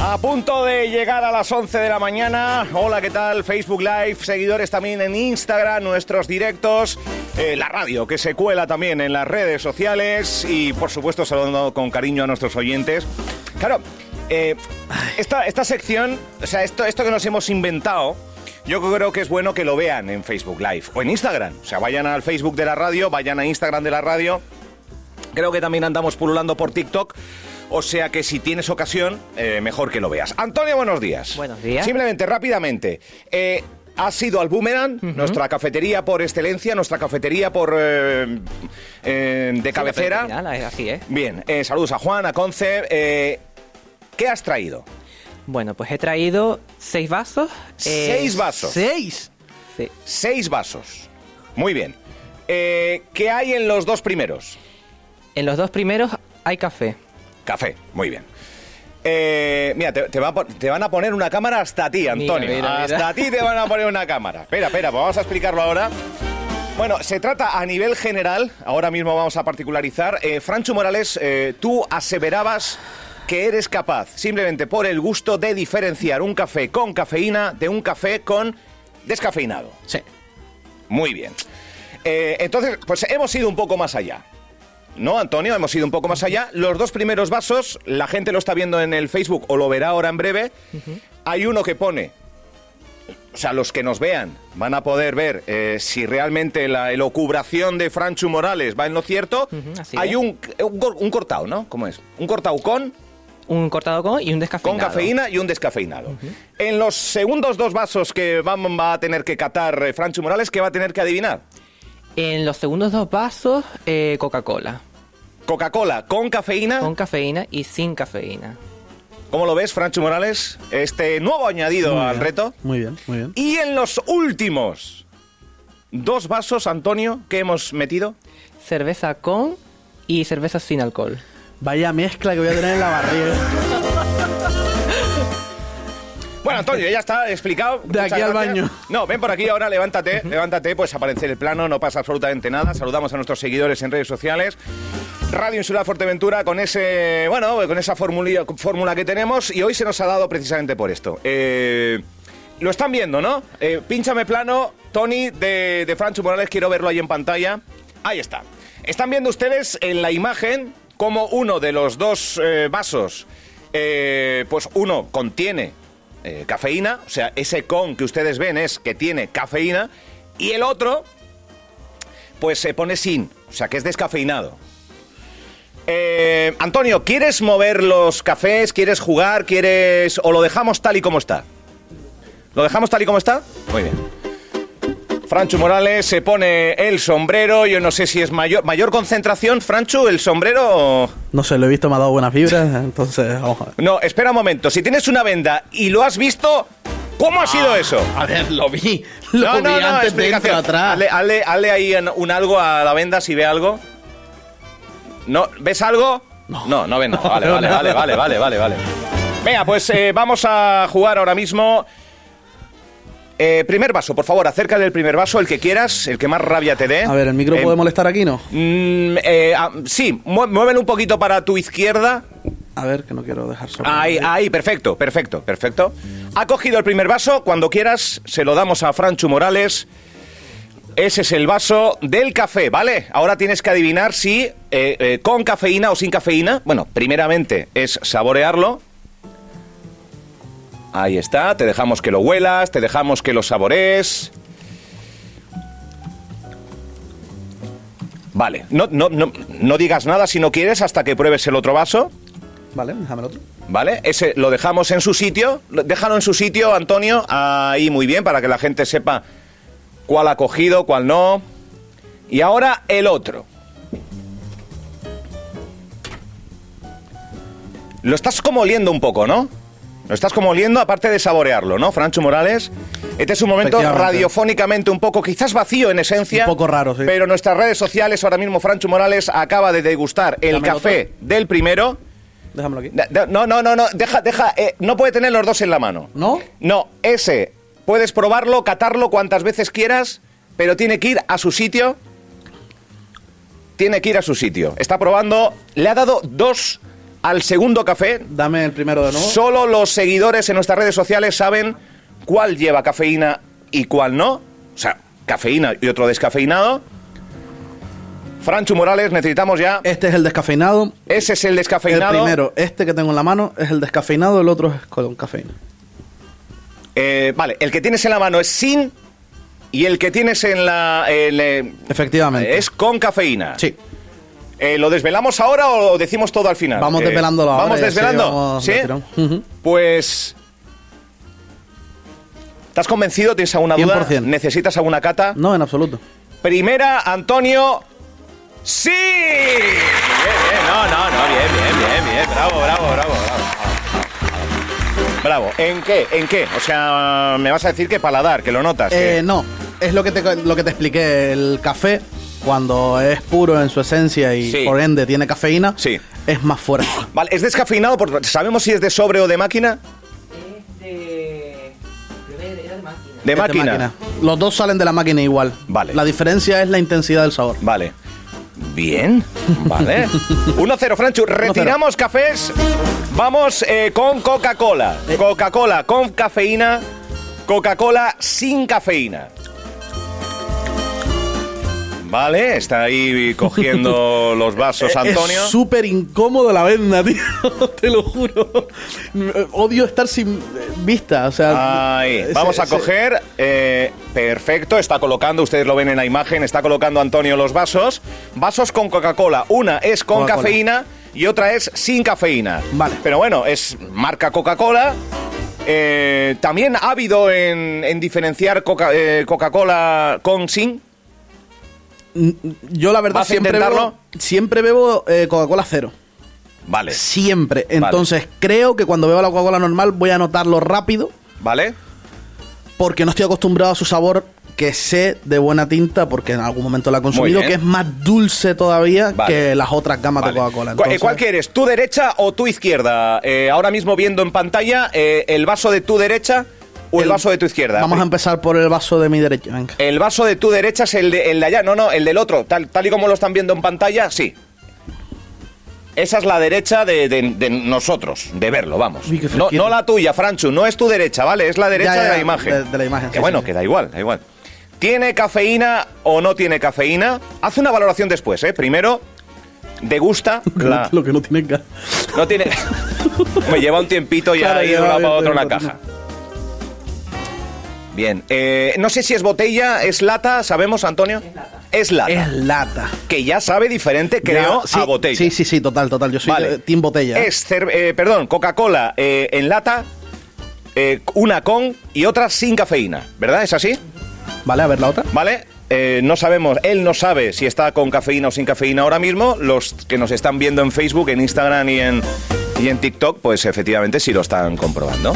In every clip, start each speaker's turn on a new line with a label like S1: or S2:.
S1: A punto de llegar a las 11 de la mañana. Hola, ¿qué tal? Facebook Live, seguidores también en Instagram, nuestros directos, eh, la radio que se cuela también en las redes sociales y por supuesto saludando con cariño a nuestros oyentes. Claro, eh, esta, esta sección, o sea, esto, esto que nos hemos inventado, yo creo que es bueno que lo vean en Facebook Live o en Instagram. O sea, vayan al Facebook de la radio, vayan a Instagram de la radio. Creo que también andamos pululando por TikTok. O sea que si tienes ocasión, eh, mejor que lo veas. Antonio, buenos días.
S2: Buenos días.
S1: Simplemente, rápidamente. eh, has sido al Boomerang, nuestra cafetería por excelencia, nuestra cafetería por eh, eh, de cabecera.
S2: Fenomenal, Así es.
S1: Bien, eh, saludos a Juan, a Conce. eh, ¿Qué has traído?
S2: Bueno, pues he traído seis vasos. eh,
S1: Seis vasos.
S3: ¿Seis?
S2: sí.
S1: Seis vasos. Muy bien. Eh, ¿Qué hay en los dos primeros?
S2: En los dos primeros hay café.
S1: Café, muy bien. Eh, mira, te, te va a po- te van a poner una cámara hasta a ti, Antonio.
S2: mira,
S1: hasta
S2: mira.
S1: a ti te van a poner una cámara. Espera, espera, pues vamos a explicarlo ahora. Bueno, se trata a nivel general, ahora mismo vamos a particularizar. Eh, Francho Morales, eh, tú aseverabas que eres capaz, simplemente por el gusto, de diferenciar un café con cafeína de un café con descafeinado.
S3: Sí.
S1: Muy bien. Eh, entonces, pues hemos ido un poco más allá. ¿No, Antonio? Hemos ido un poco más allá. Los dos primeros vasos, la gente lo está viendo en el Facebook o lo verá ahora en breve. Hay uno que pone, o sea, los que nos vean van a poder ver eh, si realmente la elocubración de Franchu Morales va en lo cierto.
S2: Ujú, así
S1: Hay
S2: es.
S1: un, un, cor- un cortado, ¿no? ¿Cómo es? Un cortado con
S2: Un cortado con y un
S1: con
S2: descafeinado.
S1: cafeína y un descafeinado. En los segundos dos vasos que vamos, va a tener que catar eh, Franchu Morales, que va a tener que adivinar.
S2: En los segundos dos vasos, eh, Coca-Cola.
S1: Coca-Cola con cafeína.
S2: Con cafeína y sin cafeína.
S1: ¿Cómo lo ves, Francho Morales? Este nuevo añadido
S3: Muy
S1: al
S3: bien,
S1: reto.
S3: Muy bien, muy bien.
S1: Y en los últimos dos vasos, Antonio, que hemos metido.
S2: Cerveza con y cerveza sin alcohol.
S3: Vaya mezcla que voy a tener en la barriga.
S1: Bueno, Antonio, ya está explicado.
S3: De
S1: Muchas
S3: aquí al
S1: gracias.
S3: baño.
S1: No, ven por aquí ahora, levántate, levántate, pues aparece el plano, no pasa absolutamente nada. Saludamos a nuestros seguidores en redes sociales. Radio Insular Fuerteventura con ese, bueno, con esa formulilla- fórmula que tenemos y hoy se nos ha dado precisamente por esto. Eh, lo están viendo, ¿no? Eh, pínchame plano, Tony de, de Francho Morales, quiero verlo ahí en pantalla. Ahí está. Están viendo ustedes en la imagen cómo uno de los dos eh, vasos, eh, pues uno contiene eh, cafeína, o sea, ese con que ustedes ven es que tiene cafeína, y el otro, pues se pone sin, o sea, que es descafeinado. Eh, Antonio, ¿quieres mover los cafés? ¿Quieres jugar? ¿Quieres.? ¿O lo dejamos tal y como está? ¿Lo dejamos tal y como está? Muy bien. Franchu Morales se pone el sombrero. Yo no sé si es mayor, mayor concentración, Franchu, el sombrero. o-
S3: No sé, lo he visto, me ha dado buenas vibras, entonces vamos a ver.
S1: No, espera un momento. Si tienes una venda y lo has visto, ¿cómo ha sido eso?
S3: A ver, lo vi. Lo vi antes dentro,
S1: explicación.
S3: atrás.
S1: Hazle, hazle- hazle ahí en- un algo a la venda si ve algo. ¿No? ¿Ves algo? No, no, ves nada. Vale,
S3: No,
S1: vale,
S3: no.
S1: vale, vale, vale, vale, vale. Venga, pues eh, vamos a jugar ahora mismo. Eh, primer vaso, por favor, acerca del primer vaso, el que quieras, el que más rabia te dé.
S3: A ver, ¿el micro
S1: Eh,
S3: puede molestar aquí, no?
S1: mm, eh, ah, sí, mue- muévelo un poquito para tu izquierda.
S3: A ver, que no quiero dejar solo.
S1: Ahí, ahí, perfecto, perfecto, perfecto. Ha cogido el primer vaso, cuando quieras se lo damos a Franchu Morales. Ese es el vaso del café, ¿vale? Ahora tienes que adivinar si eh, eh, con cafeína o sin cafeína. Bueno, primeramente es saborearlo. Ahí está, te dejamos que lo huelas, te dejamos que lo saborees. Vale, no, no, no, no digas nada si no quieres hasta que pruebes el otro vaso.
S3: Vale, déjame el otro.
S1: ¿Vale? Ese lo dejamos en su sitio. Lo- Déjalo en su sitio, Antonio. Ahí muy bien, para que la gente sepa cuál ha cogido, cuál no. Y ahora el otro. Lo estás como oliendo un poco, ¿no? Lo estás como oliendo, aparte de saborearlo, ¿no, Francho Morales? Este es un momento
S3: Efectivamente.
S1: radiofónicamente un poco, quizás vacío en esencia.
S3: Un poco raro, sí.
S1: Pero nuestras redes sociales, ahora mismo Francho Morales acaba de degustar el
S3: Dame
S1: café del primero.
S3: Déjamelo aquí.
S1: Da- da- No, no, no, no, deja, deja, eh, no puede tener los dos en la mano.
S3: ¿No?
S1: No, ese, puedes probarlo, catarlo cuantas veces quieras, pero tiene que ir a su sitio. Tiene que ir a su sitio. Está probando, le ha dado dos al segundo café.
S3: Dame el primero de nuevo.
S1: Solo los seguidores en nuestras redes sociales saben cuál lleva cafeína y cuál no. O sea, cafeína y otro descafeinado. Franchu Morales, necesitamos ya.
S3: Este es el descafeinado.
S1: Ese es el
S3: El
S1: descafeinado.
S3: primero, este que tengo en la mano, es el descafeinado, el otro es con cafeína.
S1: Eh, vale, el que tienes en la mano es sin y el que tienes en la el, eh,
S3: Efectivamente.
S1: es con cafeína.
S3: Sí.
S1: Eh, ¿Lo desvelamos ahora o lo decimos todo al final?
S3: Vamos
S1: Eh,
S3: desvelándolo ahora
S1: ¿Vamos
S3: y así
S1: desvelando?
S3: vamos
S1: Sí.
S3: de tirón. Ujú.
S1: Pues. ¿Estás convencido? ¿Tienes alguna duda?
S3: 100%.
S1: ¿Necesitas alguna cata?
S3: No, en absoluto.
S1: Primera, Antonio. ¡Sí! Bien, bien, no, no, no, bien, bien, bien, bien. Bravo, bravo, bravo, bravo. Bravo. ¿En qué? ¿En qué? O sea, me vas a decir que paladar, que lo notas. que-
S3: Eh, no, es lo que, te, lo que te expliqué. El café, cuando es puro en su esencia y
S1: Sí.
S3: por ende tiene cafeína,
S1: Sí.
S3: es más fuerte.
S1: Vale, ¿es descafeinado? Por... ¿Sabemos si es de sobre o de máquina?
S2: Es de... Era de máquina.
S1: De
S3: Es
S1: máquina.
S3: Este Los dos salen de la máquina igual.
S1: Vale.
S3: La diferencia es la intensidad del sabor.
S1: Vale. Bien, vale. 1-0, Franchu. Retiramos cafés. Vamos eh, con Coca-Cola. Coca-Cola con cafeína. Coca-Cola sin cafeína. Vale, está ahí cogiendo los vasos Antonio.
S3: Es súper incómodo la venda, tío. Te lo juro. Odio estar sin eh, vista. O sea,
S1: Ahí,
S3: se-
S1: vamos a
S3: se-
S1: coger. eh, perfecto, está colocando, ustedes lo ven en la imagen, está colocando Antonio los vasos. Vasos con Coca-Cola. Una es con
S3: Coca-Cola.
S1: cafeína y otra es sin cafeína.
S3: Vale.
S1: Pero bueno, es marca Coca-Cola. Eh, También ha habido en, en diferenciar Coca- eh, Coca-Cola con sin.
S3: mm, Yo la verdad
S1: ¿Vas a
S3: siempre
S1: intentarlo?
S3: bebo, siempre bebo eh, Coca-Cola cero.
S1: Vale.
S3: Siempre. Entonces creo que cuando bebo la Coca-Cola normal voy a notarlo rápido
S1: Vale.
S3: porque no estoy acostumbrado a su sabor que sé de buena tinta porque en algún momento la he consumido,
S1: bien.
S3: que es más dulce todavía
S1: Vale.
S3: que las otras gamas
S1: Vale.
S3: de Coca-Cola.
S1: ¿Cu- eh,
S3: Entonces,
S1: ¿Cuál quieres? ¿Tu derecha o tu izquierda? Eh, ahora mismo viendo en pantalla eh, el vaso de tu derecha o el, vaso de tu izquierda.
S3: Vamos a empezar por el vaso de mi derecha. Venga.
S1: El vaso de tu derecha es el de, el de allá, no, no, el del otro. Tal, tal y como lo están viendo en pantalla, sí. Esa es la derecha de, de- de nosotros, de verlo, vamos.
S3: Uy, qué
S1: no,
S3: fresquito.
S1: no la tuya, Franchu, no es tu derecha, ¿vale? Es la derecha
S3: Ya, ya,
S1: de la imagen.
S3: de- de la imagen,
S1: Que
S3: sí,
S1: bueno,
S3: sí, sí.
S1: que da igual, da igual. ¿Tiene cafeína o no tiene cafeína? Haz una valoración después, ¿eh? Primero, degusta la...
S3: Lo que no tiene gas.
S1: No tiene. Me lleva un tiempito ya
S3: Claro,
S1: ahí de
S3: lleva
S1: un lado
S3: bien,
S1: para otro en la
S3: bien,
S1: caja. Bien, eh, no sé si es botella, es lata, ¿sabemos, Antonio? Es lata.
S3: Es lata.
S1: Que ya sabe diferente, creo,
S3: Ya, sí,
S1: a botella.
S3: Sí, sí, sí, total, total. Yo soy
S1: Vale.
S3: de- team botella. ¿eh?
S1: Es, cer- eh, perdón, Coca-Cola eh, en lata, eh, una con y otra sin cafeína, ¿verdad? ¿Es así?
S3: Vale, a ver la otra.
S1: ¿Vale? Eh, no sabemos, él no sabe si está con cafeína o sin cafeína ahora mismo. Los que nos están viendo en Facebook, en Instagram y en, y en TikTok, pues efectivamente sí lo están comprobando.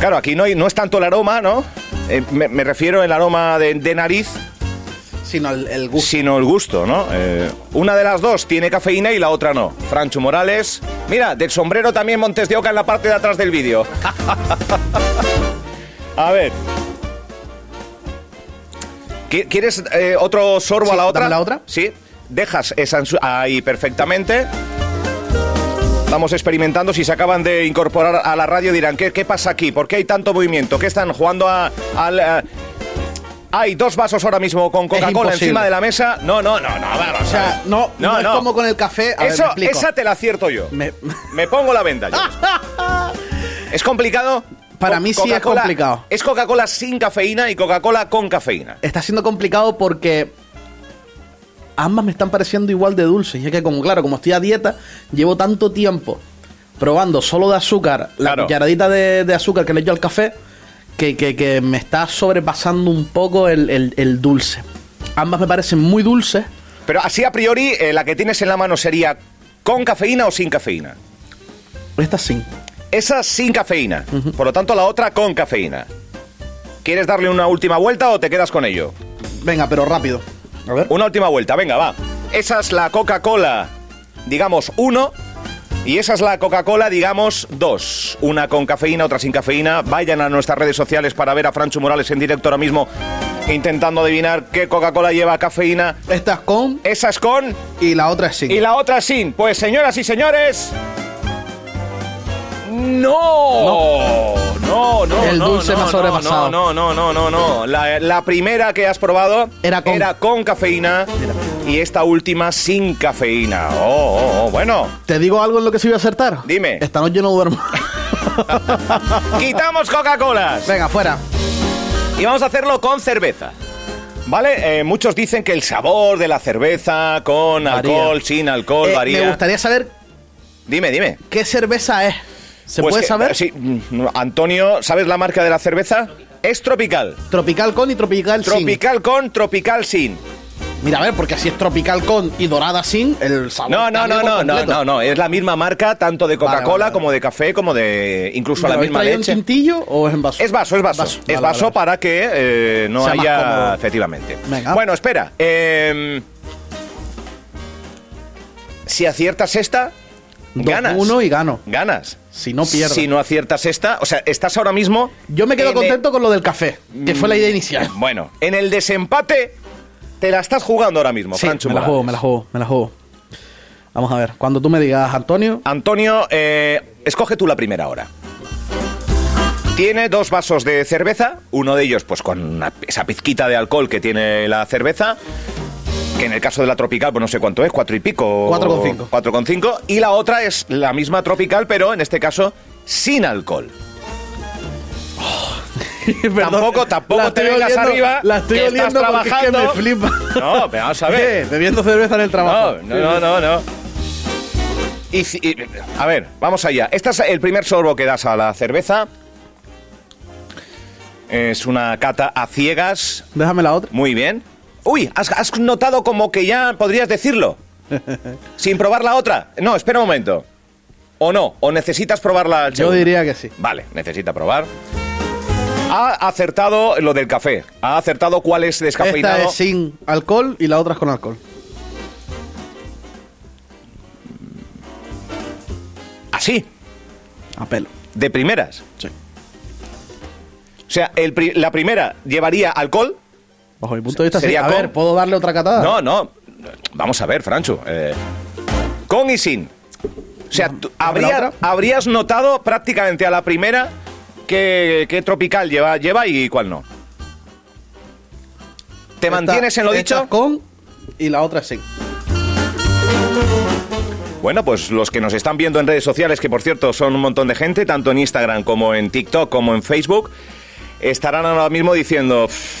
S1: Claro, aquí no, hay- no es tanto el aroma, ¿no? Eh, me, me refiero al aroma de, de nariz,
S3: Sino el, el gusto.
S1: sino el gusto, ¿no? Eh, una de las dos tiene cafeína y la otra no. Francho Morales. Mira, del sombrero también Montes de Oca en la parte de atrás del vídeo. A ver. ¿Qui- ¿Quieres eh, otro sorbo
S3: Sí,
S1: a la otra?
S3: dame la otra.
S1: Sí. Dejas esa en su- ahí perfectamente. Estamos experimentando. Si se acaban de incorporar a la radio, dirán: ¿Qué, qué pasa aquí? ¿Por qué hay tanto movimiento? ¿Qué están jugando a- al.? a- hay dos vasos ahora mismo con Coca-Cola
S3: imposible.
S1: encima de la mesa. No, no, no, no, vamos.
S3: O sea, no, no, es como con el café. A ver,
S1: Eso,
S3: me explico.
S1: esa te la acierto yo.
S3: Me- Ah.
S1: Me pongo la venda yo. ¿Es complicado?
S3: Para
S1: Co-
S3: mí sí es
S1: Coca-Cola-
S3: complicado.
S1: Es Coca-Cola sin cafeína y Coca-Cola con cafeína.
S3: Está siendo complicado porque ambas me están pareciendo igual de dulces. Y es que, como claro, como estoy a dieta, llevo tanto tiempo probando solo de azúcar, la
S1: Claro.
S3: cucharadita de, de azúcar que le echo al café, que, que- que me está sobrepasando un poco el, el- el dulce. Ambas me parecen muy dulces.
S1: Pero así a priori, eh, la que tienes en la mano sería con cafeína o sin cafeína.
S3: Esta sí.
S1: Esa sin cafeína. Por lo tanto, la otra con cafeína. ¿Quieres darle una última vuelta o te quedas con ello?
S3: Venga, pero rápido. A ver.
S1: Una última vuelta, venga, va. Esa es la Coca-Cola, digamos, 1. Y esa es la Coca-Cola, digamos, 2. Una con cafeína, otra sin cafeína. Vayan a nuestras redes sociales para ver a Francho Morales en directo ahora mismo intentando adivinar qué Coca-Cola lleva cafeína.
S3: Esta es con
S1: Esa es con
S3: y la otra es sin.
S1: y la otra sin. Pues señoras y señores. No, no, no, no.
S3: El dulce
S1: no,
S3: me ha
S1: no,
S3: sobrepasado.
S1: No, no, no, no, no. no. La, la primera que has probado
S3: Era con.
S1: cafeína y esta última sin cafeína. Oh, oh, oh, bueno.
S3: ¿Te digo algo en lo que sí voy a acertar?
S1: Dime.
S3: Esta noche no duermo.
S1: Quitamos Coca-Colas.
S3: Venga, fuera.
S1: Y vamos a hacerlo con cerveza. ¿Vale? Eh, muchos dicen que el sabor de la cerveza con
S3: Varía.
S1: alcohol, sin alcohol,
S3: Eh,
S1: varía.
S3: Me gustaría saber
S1: Dime, dime.
S3: qué cerveza es. ¿Se
S1: Pues
S3: puede
S1: que-
S3: saber?
S1: Sí, mm, Antonio, ¿sabes la marca de la cerveza? Es tropical.
S3: Tropical con y tropical,
S1: Tropical con, tropical sin.
S3: sin. Mira, a ver, porque si es tropical con y dorada sin, el sabor.
S1: No, no,
S3: cambia
S1: no,
S3: por
S1: no, no,
S3: completo.
S1: no, no. Es la misma marca tanto de
S3: Vale,
S1: Coca-Cola
S3: vale, vale.
S1: como de café, como de incluso
S3: ¿Me
S1: la
S3: lo habéis
S1: misma
S3: traído
S1: leche.
S3: en tintillo o es en vaso?
S1: Es vaso, es vaso.
S3: Vaso,
S1: Es
S3: vale,
S1: vaso
S3: vale, vale.
S1: para que eh, no
S3: Sea más
S1: haya.
S3: cómodo.
S1: Efectivamente.
S3: Venga.
S1: Bueno, espera. eh, si aciertas esta,
S3: Dos,
S1: ganas.
S3: uno y gano.
S1: Ganas.
S3: Si no, pierdo.
S1: Si no aciertas esta, o sea, estás ahora mismo.
S3: Yo me quedo
S1: en
S3: contento con lo del café, que fue la
S1: Mm,
S3: idea inicial.
S1: el- bueno, en el desempate te la estás jugando ahora mismo,
S3: Sí,
S1: Franchu
S3: me la
S1: Morales.
S3: juego, me la juego, me la juego. Vamos a ver, cuando tú me digas, Antonio,
S1: Ah, Antonio, eh, escoge tú la primera hora. Tiene dos vasos de cerveza, uno de ellos pues con una- esa pizquita de alcohol que tiene la cerveza, que en el caso de la tropical pues no sé cuánto es, cuatro y pico.
S3: Cuatro con cinco.
S1: Cuatro con cinco. Y la otra es la misma tropical, pero en este caso sin alcohol.
S3: Perdón,
S1: tampoco, tampoco
S3: la
S1: te
S3: estoy
S1: vengas
S3: oliendo-
S1: arriba.
S3: La estoy
S1: que estás
S3: oliendo porque es que
S1: trabajando.
S3: me flipa.
S1: No, pero vamos a ver.
S3: Eh, bebiendo cerveza en el trabajo.
S1: No, no, no, no. no. Y si- y- a ver, vamos allá. Este es el primer sorbo que das a la cerveza. Es una cata a ciegas.
S3: Déjame la otra.
S1: Muy bien. Uy, has, has notado como que ya podrías decirlo. Sin probar la otra. No, espera un momento. O no, o necesitas probarla. al
S3: Yo
S1: segundo.
S3: diría que sí.
S1: Vale, necesita probar. Ha acertado lo del café. Ha acertado cuál es descafeinado.
S3: Esta es sin alcohol y la otra es con alcohol.
S1: Así,
S3: A pelo.
S1: de primeras.
S3: Sí.
S1: O sea, el pri- la primera llevaría alcohol.
S3: Bajo mi punto de vista, sí.
S1: Sería
S3: A
S1: con-
S3: ver, ¿puedo darle otra catada?
S1: No, no. Vamos a ver, Francho. eh, con y sin. O sea, tú-
S3: dame la
S1: habría-
S3: otra.
S1: habrías notado prácticamente a la primera qué qué tropical lleva, lleva y cuál no. ¿Te
S3: Esta-
S1: mantienes en lo
S3: esta
S1: dicho?
S3: es con y la otra es sin.
S1: Bueno, pues los que nos están viendo en redes sociales, que por cierto son un montón de gente, tanto en Instagram como en TikTok como en Facebook, estarán ahora mismo diciendo... "Pff,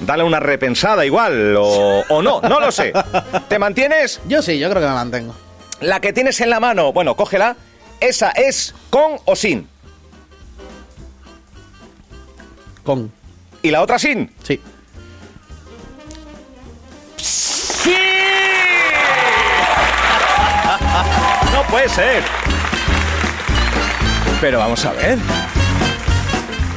S1: Dale una repensada igual, o, o no, no lo sé. ¿Te mantienes?
S3: Yo sí, yo creo que la mantengo.
S1: La que tienes en la mano, bueno, cógela. Esa es con o sin.
S3: Con.
S1: Y la otra sin.
S3: Sí.
S1: ¡Sí! No puede ser. Pero vamos a ver.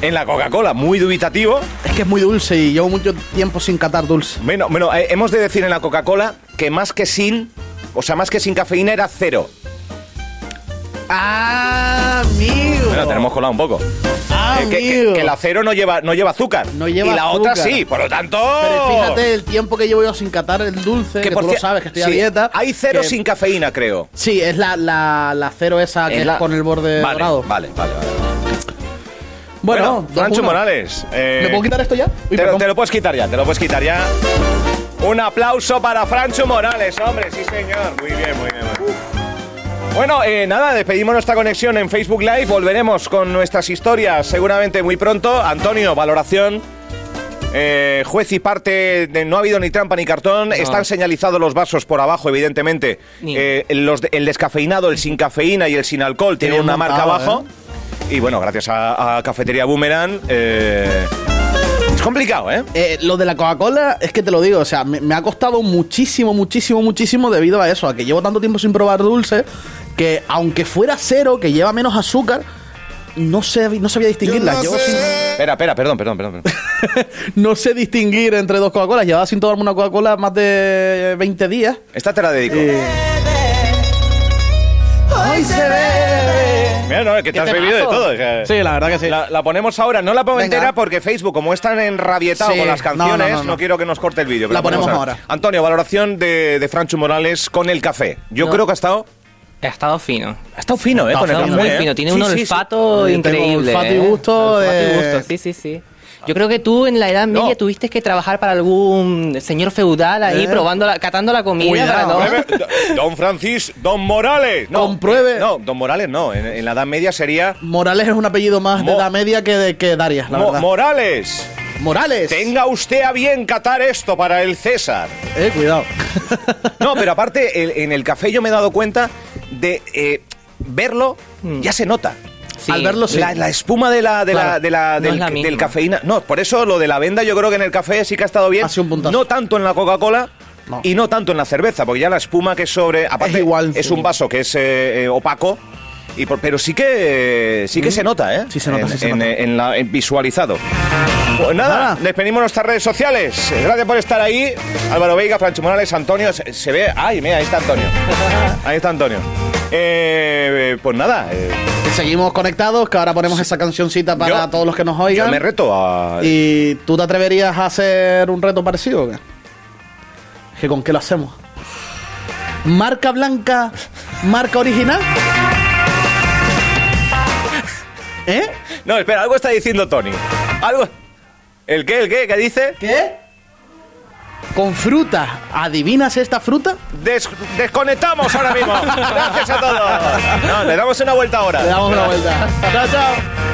S1: En la Coca-Cola, muy dubitativo.
S3: Es que es muy dulce y llevo mucho tiempo sin catar dulce.
S1: Bueno, bueno, eh, hemos de decir en la Coca-Cola que más que sin, o sea, más que sin cafeína era cero.
S3: ¡Ah, amigo!
S1: Bueno, tenemos colado un poco. Eh, que, que-
S3: amigo.
S1: que la cero no lleva, no lleva azúcar.
S3: No lleva
S1: y la otra
S3: azúcar.
S1: sí, por lo tanto.
S3: Pero fíjate el tiempo que llevo yo sin catar el dulce, que, tú lo
S1: cier-
S3: sabes, que estoy a
S1: sí,
S3: dieta.
S1: Hay cero
S3: que-
S1: sin cafeína, creo.
S3: Sí, es la, la, la cero esa que es,
S1: la-
S3: con el borde
S1: vale,
S3: Eh, dorado.
S1: Vale, vale, vale.
S3: Bueno, dos,
S1: Francho
S3: uno.
S1: Morales. eh,
S3: ¿Me puedo quitar esto ya? Uy,
S1: te, lo,
S3: perdón.
S1: te lo puedes quitar ya, te lo puedes quitar ya. Un aplauso para Francho Morales, hombre, sí señor. Muy bien, muy bien. muy bien. Bueno, eh, nada, despedimos nuestra conexión en Facebook Live. Volveremos con nuestras historias seguramente muy pronto. Antonio, valoración. Eh, juez y parte, de- no ha habido ni trampa ni cartón. Están señalizados los vasos por abajo, evidentemente.
S2: Ni-
S1: Eh, los de- el descafeinado, el sin cafeína y el sin alcohol tienen
S3: bien
S1: una marca
S3: montado, ¿eh?
S1: abajo. Y bueno, gracias a, a Cafetería Boomerang. eh, es complicado, ¿eh?
S3: Eh, lo de la Coca-Cola, es que te lo digo, o sea, me, me ha costado muchísimo, muchísimo, muchísimo debido a eso, a que llevo tanto tiempo sin probar dulce, que aunque fuera cero, que lleva menos azúcar, no sé, no sabía distinguirla. Llevo sin-
S1: Espera, espera, perdón, perdón, perdón. perdón.
S3: no sé distinguir entre dos Coca-Colas. Llevaba sin tomarme una Coca-Cola más de 20 días.
S1: Esta te la dedico.
S3: Eh,
S1: Mira, Eh, no, que te
S2: Qué
S1: has bebido de
S2: temazo.
S1: todo. o sea,
S3: Sí, la verdad que sí.
S1: La, la ponemos ahora, no la pongo
S3: Venga.
S1: entera porque Facebook, como es tan enrabietado
S3: Sí,
S1: con las
S3: no, no,
S1: canciones, no,
S3: no, no.
S1: quiero que nos corte el vídeo. pero
S3: La ponemos ahora.
S1: Antonio, valoración de, de Franchu Morales con el café. Yo
S2: No.
S1: creo que ha estado.
S2: Ha estado fino.
S1: Ha estado fino, ¿eh?
S2: Ha
S1: con el
S2: estado
S1: café.
S2: muy
S1: ¿eh?
S2: fino. Tiene
S1: Sí,
S2: un
S1: sí, sí.
S2: olfato
S3: Yo tengo
S2: increíble.
S3: olfato y
S2: ¿eh?
S3: gusto
S2: Olfato y
S3: de-
S2: gusto, sí, sí, sí. Yo creo que tú en la Edad Media
S1: No.
S2: tuviste que trabajar para algún señor feudal ahí
S3: Eh.
S2: probando, la, catando la comida.
S3: Cuidado. eh.
S2: para no-
S1: Compruebe- Do- Don Francis, Don Morales. No,
S3: Compruebe.
S1: No, Don Morales no. En, en la Edad Media sería.
S3: Morales es un apellido más
S1: Mo-
S3: de la media que de que Darias, la
S1: "Mo-
S3: verdad.
S1: Morales,
S3: Morales.
S1: tenga usted a bien catar esto para el César.
S3: Eh, cuidado.
S1: No, pero aparte, el- en el café yo me he dado cuenta de eh, verlo,
S3: Mm.
S1: ya se nota.
S2: Sí.
S3: Al verlo, sí.
S1: La, la espuma de la, de la,
S2: Claro,
S1: de la-
S2: no
S1: del,
S2: es la
S1: del
S2: misma.
S1: cafeína. No, por eso lo de la venda yo creo que en el café sí que ha estado bien.
S3: Ha sido un puntazo.
S1: No tanto en la Coca-Cola.
S3: No.
S1: Y no tanto en la cerveza, porque ya la espuma que sobre. Aparte,
S3: igual.
S1: es un vaso que es eh, eh, opaco. Y por- pero sí que sí que se nota, ¿eh?
S3: Mm. Sí se nota,
S1: En-
S3: sí se
S1: en-
S3: nota.
S1: en la- en visualizado. Pues nada,
S3: Nada.
S1: despedimos nuestras redes sociales. Gracias por estar ahí. Álvaro Veiga, Francho Morales, Antonio. Se, se ve. Ay, mira, ahí está Antonio. Ahí está Antonio. Eh, eh, pues nada, eh,
S3: Seguimos conectados, que ahora ponemos esa cancioncita para
S1: Yo-
S3: todos los que nos
S1: yo
S3: oigan.
S1: me reto a.
S3: ¿Y tú te atreverías a hacer un reto parecido? o qué? ¿Que con qué lo hacemos? ¿Marca blanca, marca original? ¿Eh?
S1: No, espera, algo está diciendo Tony. Algo. ¿El qué? ¿El qué? ¿Qué dice?
S3: ¿Qué? ¿Con fruta? ¿Adivinas esta fruta?
S1: Des- desconectamos ahora mismo. Gracias a todos. No, le damos una vuelta ahora.
S3: Le damos una vuelta. chao, chao.